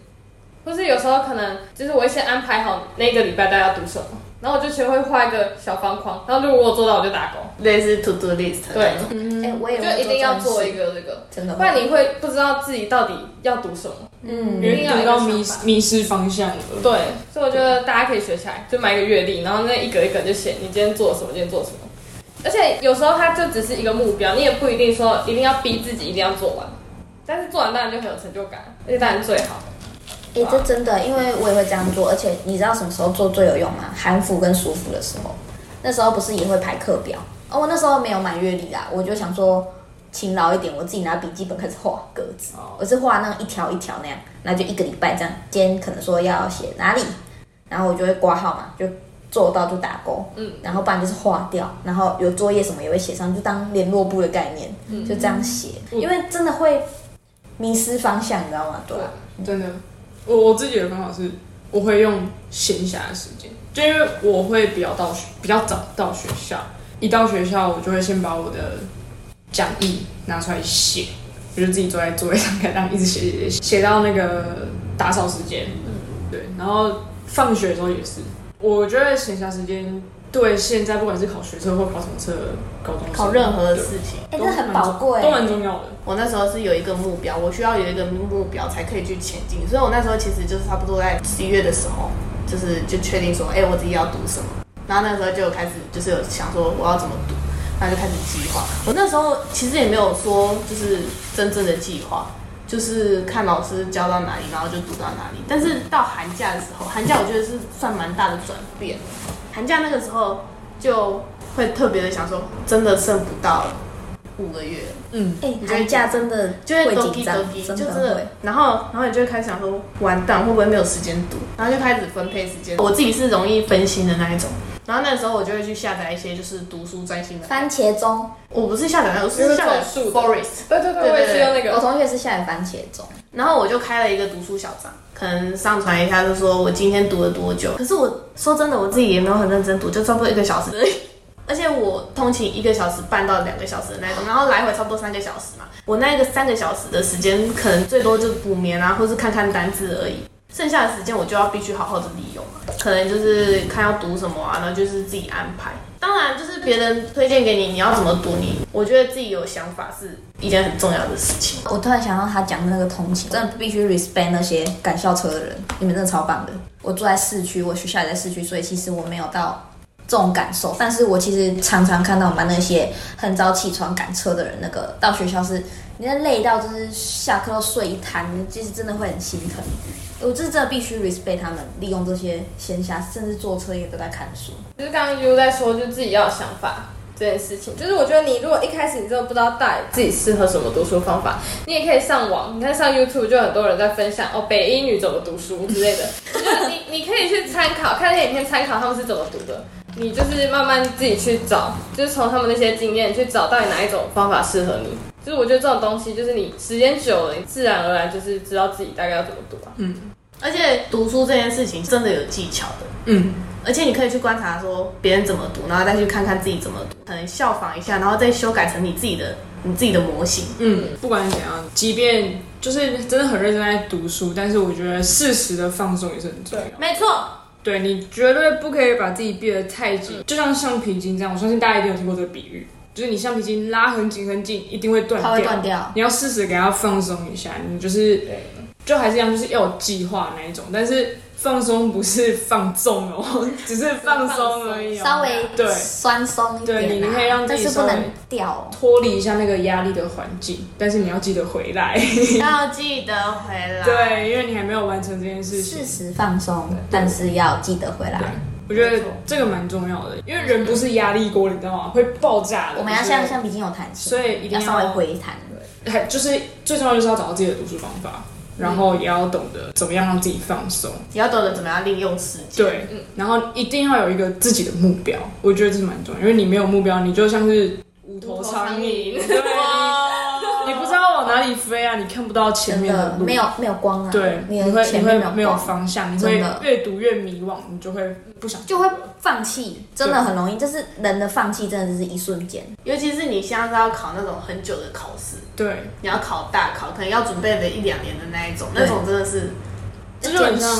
或是有时候可能就是我会先安排好那个礼拜大家要读什么，然后我就先会画一个小方框，然后如果我做到我就打勾，
类似 to do list
对，
哎、我也
嗯就一定要做一
个，
个这个，
真的会，
不然你会不知道自己到底要读什么。
嗯，
因为
一定要有
读
一
到
个
迷
想法
迷失方向了。
对，所以我觉得大家可以学起来，就买一个月历，然后那一格一格就写你今天做了什么，今天做了什么。而且有时候它就只是一个目标，你也不一定说一定要逼自己一定要做完，但是做完当然就很有成就感，而且当然最好。
哎、这真的，因为我也会这样做，而且你知道什么时候做最有用吗？韩服跟舒服的时候，那时候不是也会排课表哦，我那时候没有买月历啊啦，我就想说勤劳一点，我自己拿笔记本开始画格子，我是画那种一条一条那样，那就一个礼拜这样，今天可能说要写哪里，然后我就会挂号嘛，就做到就打勾，嗯，然后不然就是划掉，然后有作业什么也会写上，就当联络簿的概念，就这样写，因为真的会迷失方向，你知道吗？对啊。
真的，我我自己的方法是，我会用闲暇的时间，就因为我会比较到学比较早到学校，一到学校我就会先把我的讲义拿出来写，我就自己坐在座位上开始这样一直写写写写写到那个打扫时间，对，然后放学的时候也是，我觉得闲暇时间对现在不管是考学车或考什么车，高中生
考任何的
对
事情。
哎、
都
这
蛮
很宝贵，
都蛮重要的。
我那时候是有一个目标，我需要有一个目标才可以去前进，所以我那时候其实就是差不多在十一月的时候，就是就确定说，哎、我自己要读什么。然后那时候就有开始就是有想说我要怎么读，然后就开始计划。我那时候其实也没有说就是真正的计划，就是看老师教到哪里，然后就读到哪里。但是到寒假的时候，寒假我觉得是算蛮大的转变。寒假那个时候就会特别的想说，真的剩不到了。
五个月，
嗯，
哎、寒假真的
就会
会
抖
紧
逼
张
抖逼，，就
真
真
的
的
会。。
然后，然后你就会开始想说，完蛋，会不会没有时间读？然后就开始分配时间。我自己是容易分心的那一种。然后那时候我就会去下载一些就是读书专心的。
番茄钟，
我不是下载那个，我
因
是
为
下载
种树的
Forest。
对对对，我也是用那
我
个。
同学是下载番茄钟，
然后我就开了一个读书小账，可能上传一下，就说我今天读了多久。可是我说真的，我自己也没有很认真读，就差不多一个小时而已。而且我通勤一个小时半到两个小时的那种，然后来回差不多三个小时嘛。我那一个三个小时的时间，可能最多就是补眠啊，或是看看单字而已。剩下的时间我就要必须好好的利用嘛，可能就是看要读什么啊，然后就是自己安排。当然，就是别人推荐给你，你要怎么读你，我觉得自己有想法是一件很重要的事情。
我突然想到他讲的那个通勤，真的必须 respect 那些赶校车的人，你们真的超棒的。我住在市区，我学校也在市区，所以其实我没有到这种感受。但是我其实常常看到我们班那些很早起床赶车的人，那个到学校是，你那累到就是下课都睡一摊，其实真的会很心疼。我这真的必须 respect 他们，利用这些闲暇，甚至坐车也都在看书。
就是刚刚 U 在说，就自己要有想法这件事情。就是我觉得你如果一开始你真的不知道到底自己适合什么读书方法，你也可以上网，你看上 YouTube 就很多人在分享哦，北英女怎么读书之类的， 就是你你可以去参考，看那些影片参考他们是怎么读的。你就是慢慢自己去找，就是从他们那些经验去找到底哪一种方法适合你。就是我觉得这种东西，就是你时间久了，你自然而然就是知道自己大概要怎么读啊。
而且读书这件事情真的有技巧的，
嗯，
而且你可以去观察说别人怎么读，然后再去看看自己怎么读，可能效仿一下，然后再修改成你自己的你自己的模型。
嗯，不管怎样，即便就是真的很认真在读书，但是我觉得适时的放松也是很重要。
没错，
对你绝对不可以把自己逼得太紧，就像橡皮筋这样，我相信大家一定有听过这个比喻，就是你橡皮筋拉很紧很紧，一定会断
它会断
掉。
掉，
你要适时给它放松一下，你就是就还是一样，就是要有计划那一种，但是放松不是放纵哦， 只是放松而已、哦，
稍微
对
酸松一点、啊，
对你可以让自
但
己
是不
稍微
能掉哦、
脱离一下那个压力的环境，但是你要记得回来。
要记得回来。，
对，因为你还没有完成这件事情
适。时放松，但是要记得回来。
我觉得这个蛮重要的，因为人不是压力锅，你知道吗？会爆炸的。
我们要
就是
像橡皮筋有弹性，
所以一定
要稍微回弹。
还就是最重要就是要找到自己的读书方法，
嗯
然后也要懂得怎么样让自己放松。
你要懂得怎么样利用时间。
对，
嗯
然后一定要有一个自己的目标，我觉得这是蛮重要，因为你没有目标，你就像是无头苍
无
蝇，对，你你不知道往哪里飞啊，你看不到前
真
面
的
路，
没有没有光啊，
对，
你
你
的
会
前
你
面
会
没
没
有
有
光，
方向，你
真
会
的
越读越迷惘，你就会不想。
就会放弃，真的很容易。就是人的放弃，真的是一瞬间。
尤其是你像是要考那种很久的考试，
对，
你要考大考，可能要准备了一两年的那一种，那种真的是
这就很像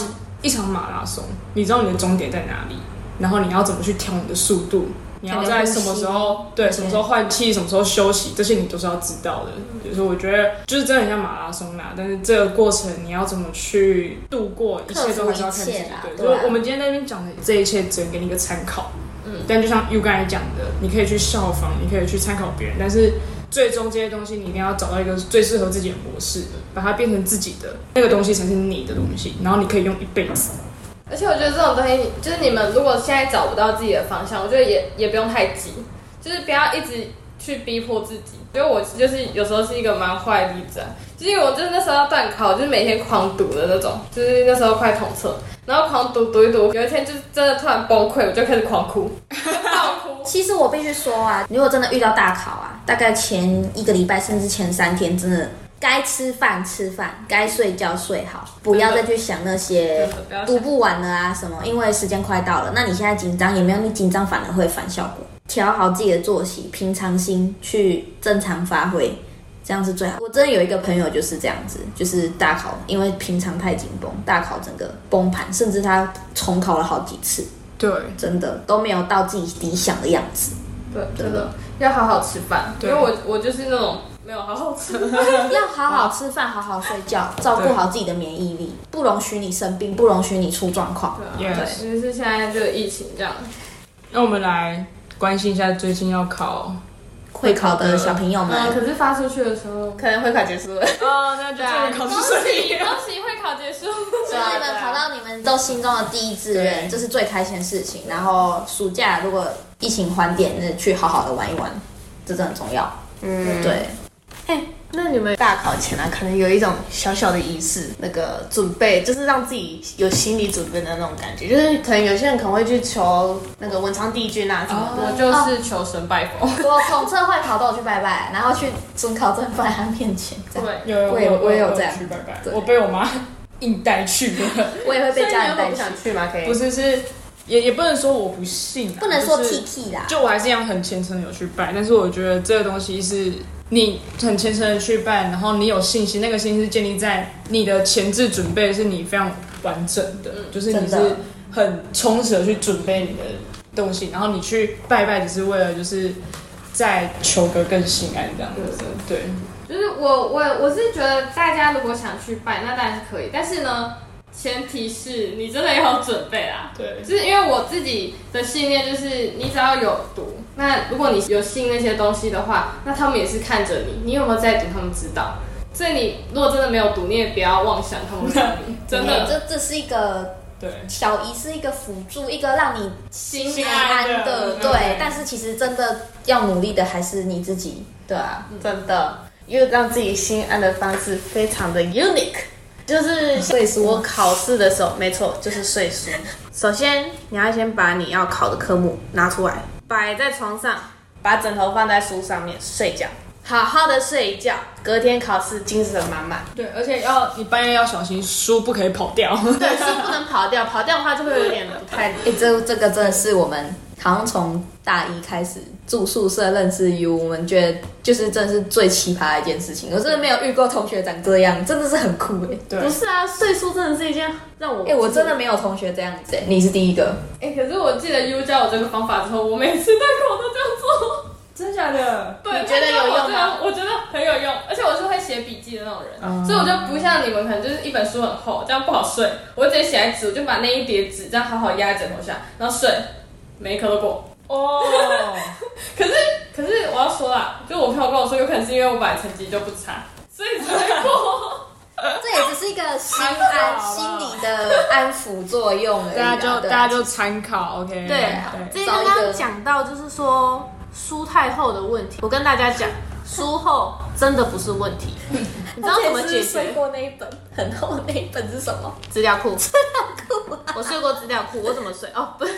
一场马拉松，你知道你的终点在哪里，然后你要怎么去调你的速度，你要在什么时候对什么时候换气，什么时候休息，这些你都是要知道的。就是我觉得就是真的很像马拉松啦，但是这个过程你要怎么去度过，一切都还是要看自己
克服一切啦。
对，
对啊
就是我们今天在那边讲的这一切，只能给你一个参考。嗯，但就像 U 刚才讲的，你可以去效仿，你可以去参考别人，但是最终这些东西，你一定要找到一个最适合自己的模式，把它变成自己的那个东西才是你的东西，然后你可以用一辈子。
而且我觉得这种东西，就是你们如果现在找不到自己的方向，我觉得也也不用太急，就是不要一直去逼迫自己。因为我就是有时候是一个蛮坏的例子、啊，就是因为我就是那时候要断考，就是每天狂读的那种，就是那时候快统测，然后狂读读一读，有一天就是真的突然崩溃，我就开始狂哭，爆哭。
其实我必须说啊，如果真的遇到大考啊，大概前一个礼拜甚至前三天，真的该吃饭吃饭，该睡觉睡好，不要再去想那些
不要想
读不完了啊什么，因为时间快到了。那你现在紧张也没有，你紧张反而会反效果。调好自己的作息，平常心去正常发挥，这样是最好。我真的有一个朋友就是这样子，就是大考，因为平常太紧绷，大考整个崩盘，甚至他重考了好几次，
对，
真的都没有到自己理想的样子。
对，真的要好好吃饭，因
对
为我我就是那种没有好好吃。
要好好吃饭，好好睡觉，照顾好自己的免疫力，不容许你生病，不容许你出状况。
对
Yes
就是现在就疫情这样，
那我们来关心一下最近要考，
会考的小朋友
嗯，
们，
可是发出去的时候，
可能会考结束了。
哦，那对
啊
考
恭
出 顺利。
喜恭喜会考结束。
祝你们考到你们都心中的第一志愿，
对
这是最开心的事情。然后暑假如果疫情缓点，那去好好的玩一玩，这真的很重要。
嗯，
对，
哎，那你们大考前啊，可能有一种小小的仪式，那个准备就是让自己有心理准备的那种感觉，就是可能有些人可能会去求那个文昌帝君啊什么的。
我就是求神拜佛。
我统测会考都有去拜拜，然后去准考证放在他面前，这样
对，
有有
我也我也有这样
去拜拜，
对
我被我妈硬带去了。
我也会被家人带
不
去，
想去吗？可以
不是是也也不能说我不信、啊，
不能说
就是
T T 啦，
就我还是一样很虔诚地有去拜，但是我觉得这个东西是你很虔诚的去拜，然后你有信心，那个信心是建立在你的前置准备是你非常完整嗯的，就是你
真的
是很充实的去准备你的东西，然后你去拜拜只是为了就是再求个更心安这样子，对，
就是我我我是觉得大家如果想去拜，那当然是可以，但是呢，前提是你真的要有准备啦。
对
就是因为我自己的信念就是，你只要有读，那如果你有信那些东西的话，那他们也是看着你，你有没有在读，他们知道。所以你如果真的没有读，你也不要妄想他们看 你，真
对
的。
哎这这是一个
对，
小仪是一个辅助，一个让你心安
心安的
的，对。但是其实真的要努力的还是你自己，对啊，
真的，因为让自己心安的方式非常的 unique，就是
岁数吗
我考试的时候，没错，就是睡书。首先，你要先把你要考的科目拿出来，摆在床上，把枕头放在书上面睡觉，好好的睡一觉，隔天考试精神满满。
对，而且要你半夜要小心书不可以跑掉，
对，是不能跑掉，跑掉的话就会有点 不太。
哎、这这个真的是我们好像从大一开始住宿舍认识 U，我们觉得就是真的是最奇葩的一件事情。我真的没有遇过同学长这样，真的是很酷哎、
对
不是啊，睡书真的是一件让我
哎、我真的没有同学这样子、哎，你是第一个，
哎、可是我记得 U 教我这个方法之后，我每次在考都这样做。
真假的？
对，
你觉得有用
他教
吗
我这样我觉得很有用，而且我是会写笔记的那种人，
哦
所以我就不像你们，可能就是一本书很厚，这样不好睡。我就直接写在纸，我就把那一叠纸这样好好压在枕头下，然后睡，每一科都过。
哦，
可是可是我要说啦，就我朋友跟我说，有可能是因为我本来成绩就不差，所以才过。
这也只是一个心安心理的安抚作用而已
大
啦。
家就
对
大
啊
家就参考，OK？
对
对，
嗯这刚刚讲到就是说书太厚的问题，我跟大家讲，书厚真的不是问 题，你知道怎么解
而且是
决
睡？过那一本很厚的那一本是什么？
资料库，资料库，我睡过资料库，我怎么睡？哦， 不是，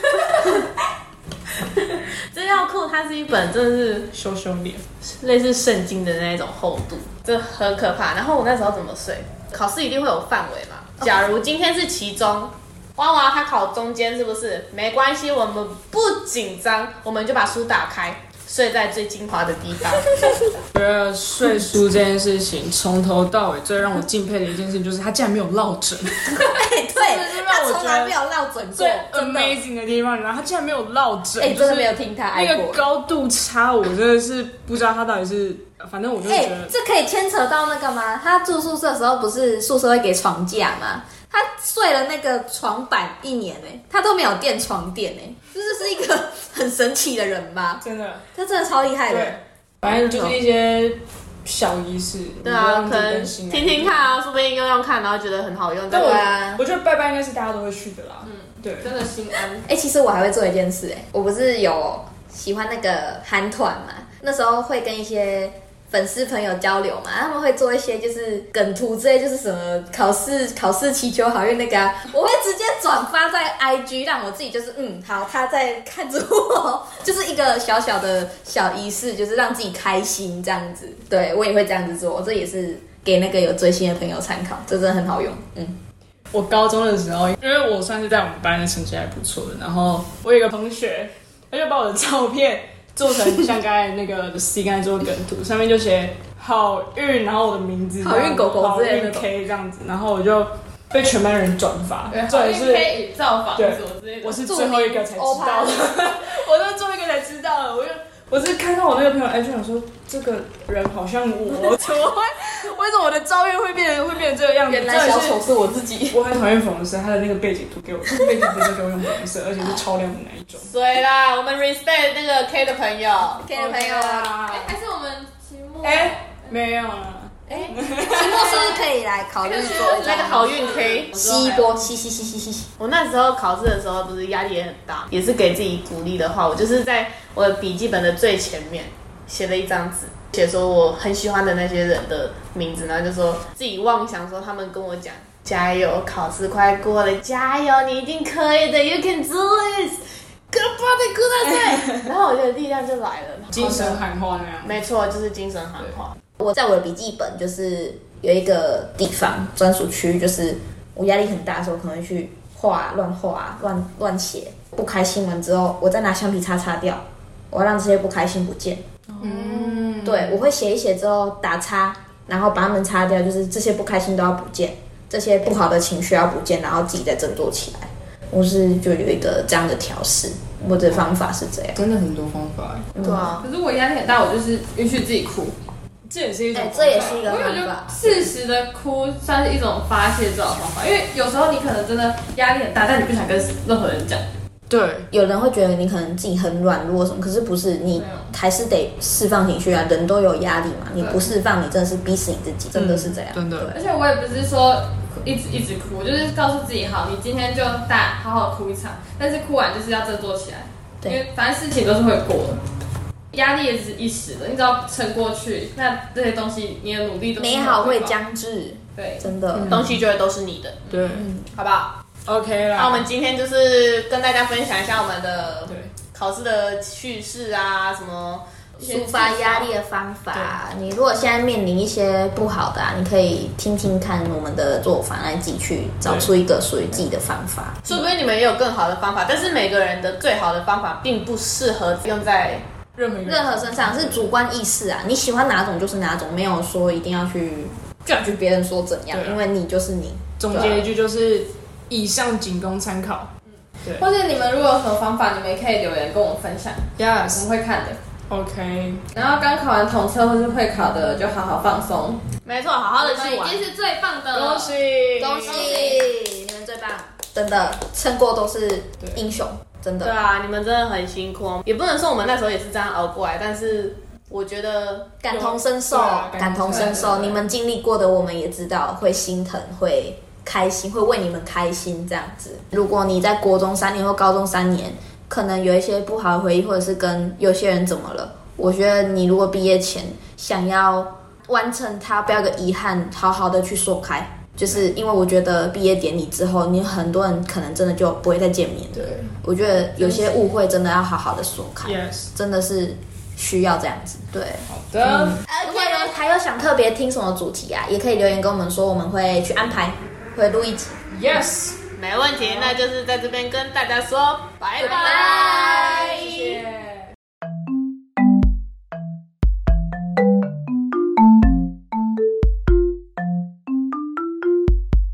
资料库它是一本真的是
羞羞脸。
类似圣经的那一种厚度，这很可怕。然后我那时候怎么睡？考试一定会有范围嘛？假如今天是期中，哇哇，他考中间是不是？没关系，我们不紧张，我们就把书打开，睡在最精华的地方。
觉得睡书这件事情，从头到尾最让我敬佩的一件事情，就是他竟然没有落 枕，
哎、 对，
让
他
我
从来没有落枕过，
最
真的。
amazing 的地方，然后他竟然没有落枕，
哎、
就
真的
是
没有听他爱
那
过
个。高度差，我真的是不知道他到底是，反正我就
哎、
觉得，
这可以牵扯到那个吗？他住宿舍的时候，不是宿舍会给床架吗？他睡了那个床板一年呢、他都没有垫床垫呢、这就是一个 很神奇的人吧？
真的
他真的超厉害
对
的。，
反正就是一些小仪式，
对
我
啊，
让自
可
己
能
更心安
听听看。啊，说不定用用看，然后觉得很好用。
但我
对啊嗯
我觉得拜拜应该是大家都会去的啦，对，
真的心安。
哎、其实我还会做一件事、哎，我不是有喜欢那个韩团嘛？那时候会跟一些粉丝朋友交流嘛，他们会做一些就是梗图之类，就是什么考试考试祈求好运那个、啊，我会直接转发在 IG，让我自己就是嗯好，他在看着我， 就是一个小小的小仪式，就是让自己开心这样子。对我也会这样子做，这也是给那个有追星的朋友参考，这真的很好用。嗯，
我高中的时候，因为我算是在我们班的成绩还不错的，然后我有一个同学，他就把我的照片做成像刚才那个 C 刚才做的梗图，上面就写好运，然后我的名字，
好运狗狗
好
之类
运
的
K 这样子，然后我就被全班人转发，重点
可
是
以造访什么之类的
我。是最后一个才知道的，我是最后一个才知道的，我就。 我是看到我那个朋友，哎，就想说这个人好像我，怎么会？为什么我的照片会变成会变成这个样子？
原来
重
小
点是
丑是我自己。
我很讨厌粉红色，它的那个背景图给我，背景图就给我用粉红色，而且是超亮的那一种。
对啦，我们 respect 那个 K 的朋友，
OK 的朋友啊。
哎、还是我们期末
哎、没有啊了，
期末是不是可以来考虑哎做一
那个好运 K，
吸一波，吸吸吸吸吸吸。
我那时候考试的时候，不是压力也很大，也是给自己鼓励的话，我就是在我的笔记本的最前面写了一张纸，写说我很喜欢的那些人的名字，然后就说自己妄想说他们跟我讲。加油，考试快过了，加油，你一定可以的，You can do it，干巴的 哭大赛，然后我的力量就来了，
精神喊话那样。
没错，就是精神喊话。
我在我的笔记本就是有一个地方专属区，就是我压力很大的时候，可能会去画、乱画、乱乱写。不开心完之后，我再拿橡皮擦擦掉，我要让这些不开心不见。嗯，对，我会写一写之后打叉，然后把它们擦掉，就是这些不开心都要不见，这些不好的情绪要不见，然后自己再振作起来。我是就有一个这样的调试，我的方法是这样。嗯
真的很多方法欸，
对啊，
可是我压力很大，我就是允许自己哭，
这也是一种
哎、
方法。
这也是一个
因为我觉
方
得
法。
适时的哭算是一种发泄最好的方法，因为有时候你可能真的压力很大，但你不想跟任何人讲，
对，
有人会觉得你可能自己很软弱什么，可是不是，你还是得释放情绪啊。人都有压力嘛，你不释放，你真的是逼死你自己，真的是这样。
真的
而且我也不是说一直一直哭，就是告诉自己，好，你今天就大好好哭一场，但是哭完就是要振作起来，
对
因为反正事情都是会过的。压力也只是一时的，你只要撑过去，那这些东西你的努力都是
美好会
报
将至，
对，
真的。
东西就会都是你的，
对
好不好？
，OK 啦。
那我们今天就是跟大家分享一下我们的
对
考试的趣事啊，什么
抒发压力的方法，你如果现在面临一些不好的、啊，你可以听听看我们的做法，来自己去找出一个属于自己的方法。
说不定你们也有更好的方法，但是每个人的最好的方法并不适合用在
任何一个
任何身上是主观意识啊，你喜欢哪种就是哪种，没有说一定要去 judge 别人说怎样
对，啊
因为你就是你。
总结一句就是：以上仅供参考。
或者你们如果有什么方法，你们也可以留言跟我们分享，我们会看的。
Yes，OK，
然后刚考完统测或是会考的，就好好放松，
没错，好好的去
已
玩。
经是最棒的了
恭。喜
恭喜你们最棒，真的撑过都是英雄，真
对
的
啊，你们真的很辛苦，哦也不能说我们那时候也是这样熬过来，但是我觉得
感同身受
对啊，
感同身受。你们经历过的，我们也知道会心疼，会开心，会为你们开心这样子。如果你在国中三年或高中三年，可能有一些不好的回忆，或者是跟有些人怎么了，我觉得你如果毕业前想要完成它，不要有个遗憾，好好的去说开。就是因为我觉得毕业典礼之后，你很多人可能真的就不会再见面了。
对
我觉得有些误会真的要好好的说开，
，Yes，
真的是需要这样子。对，
好的，
如果有还有想特别听什么主题啊，也可以留言跟我们说，我们会去安排，会录一集。
Yes。
没问题，那就是在这边跟大家说拜拜。
拜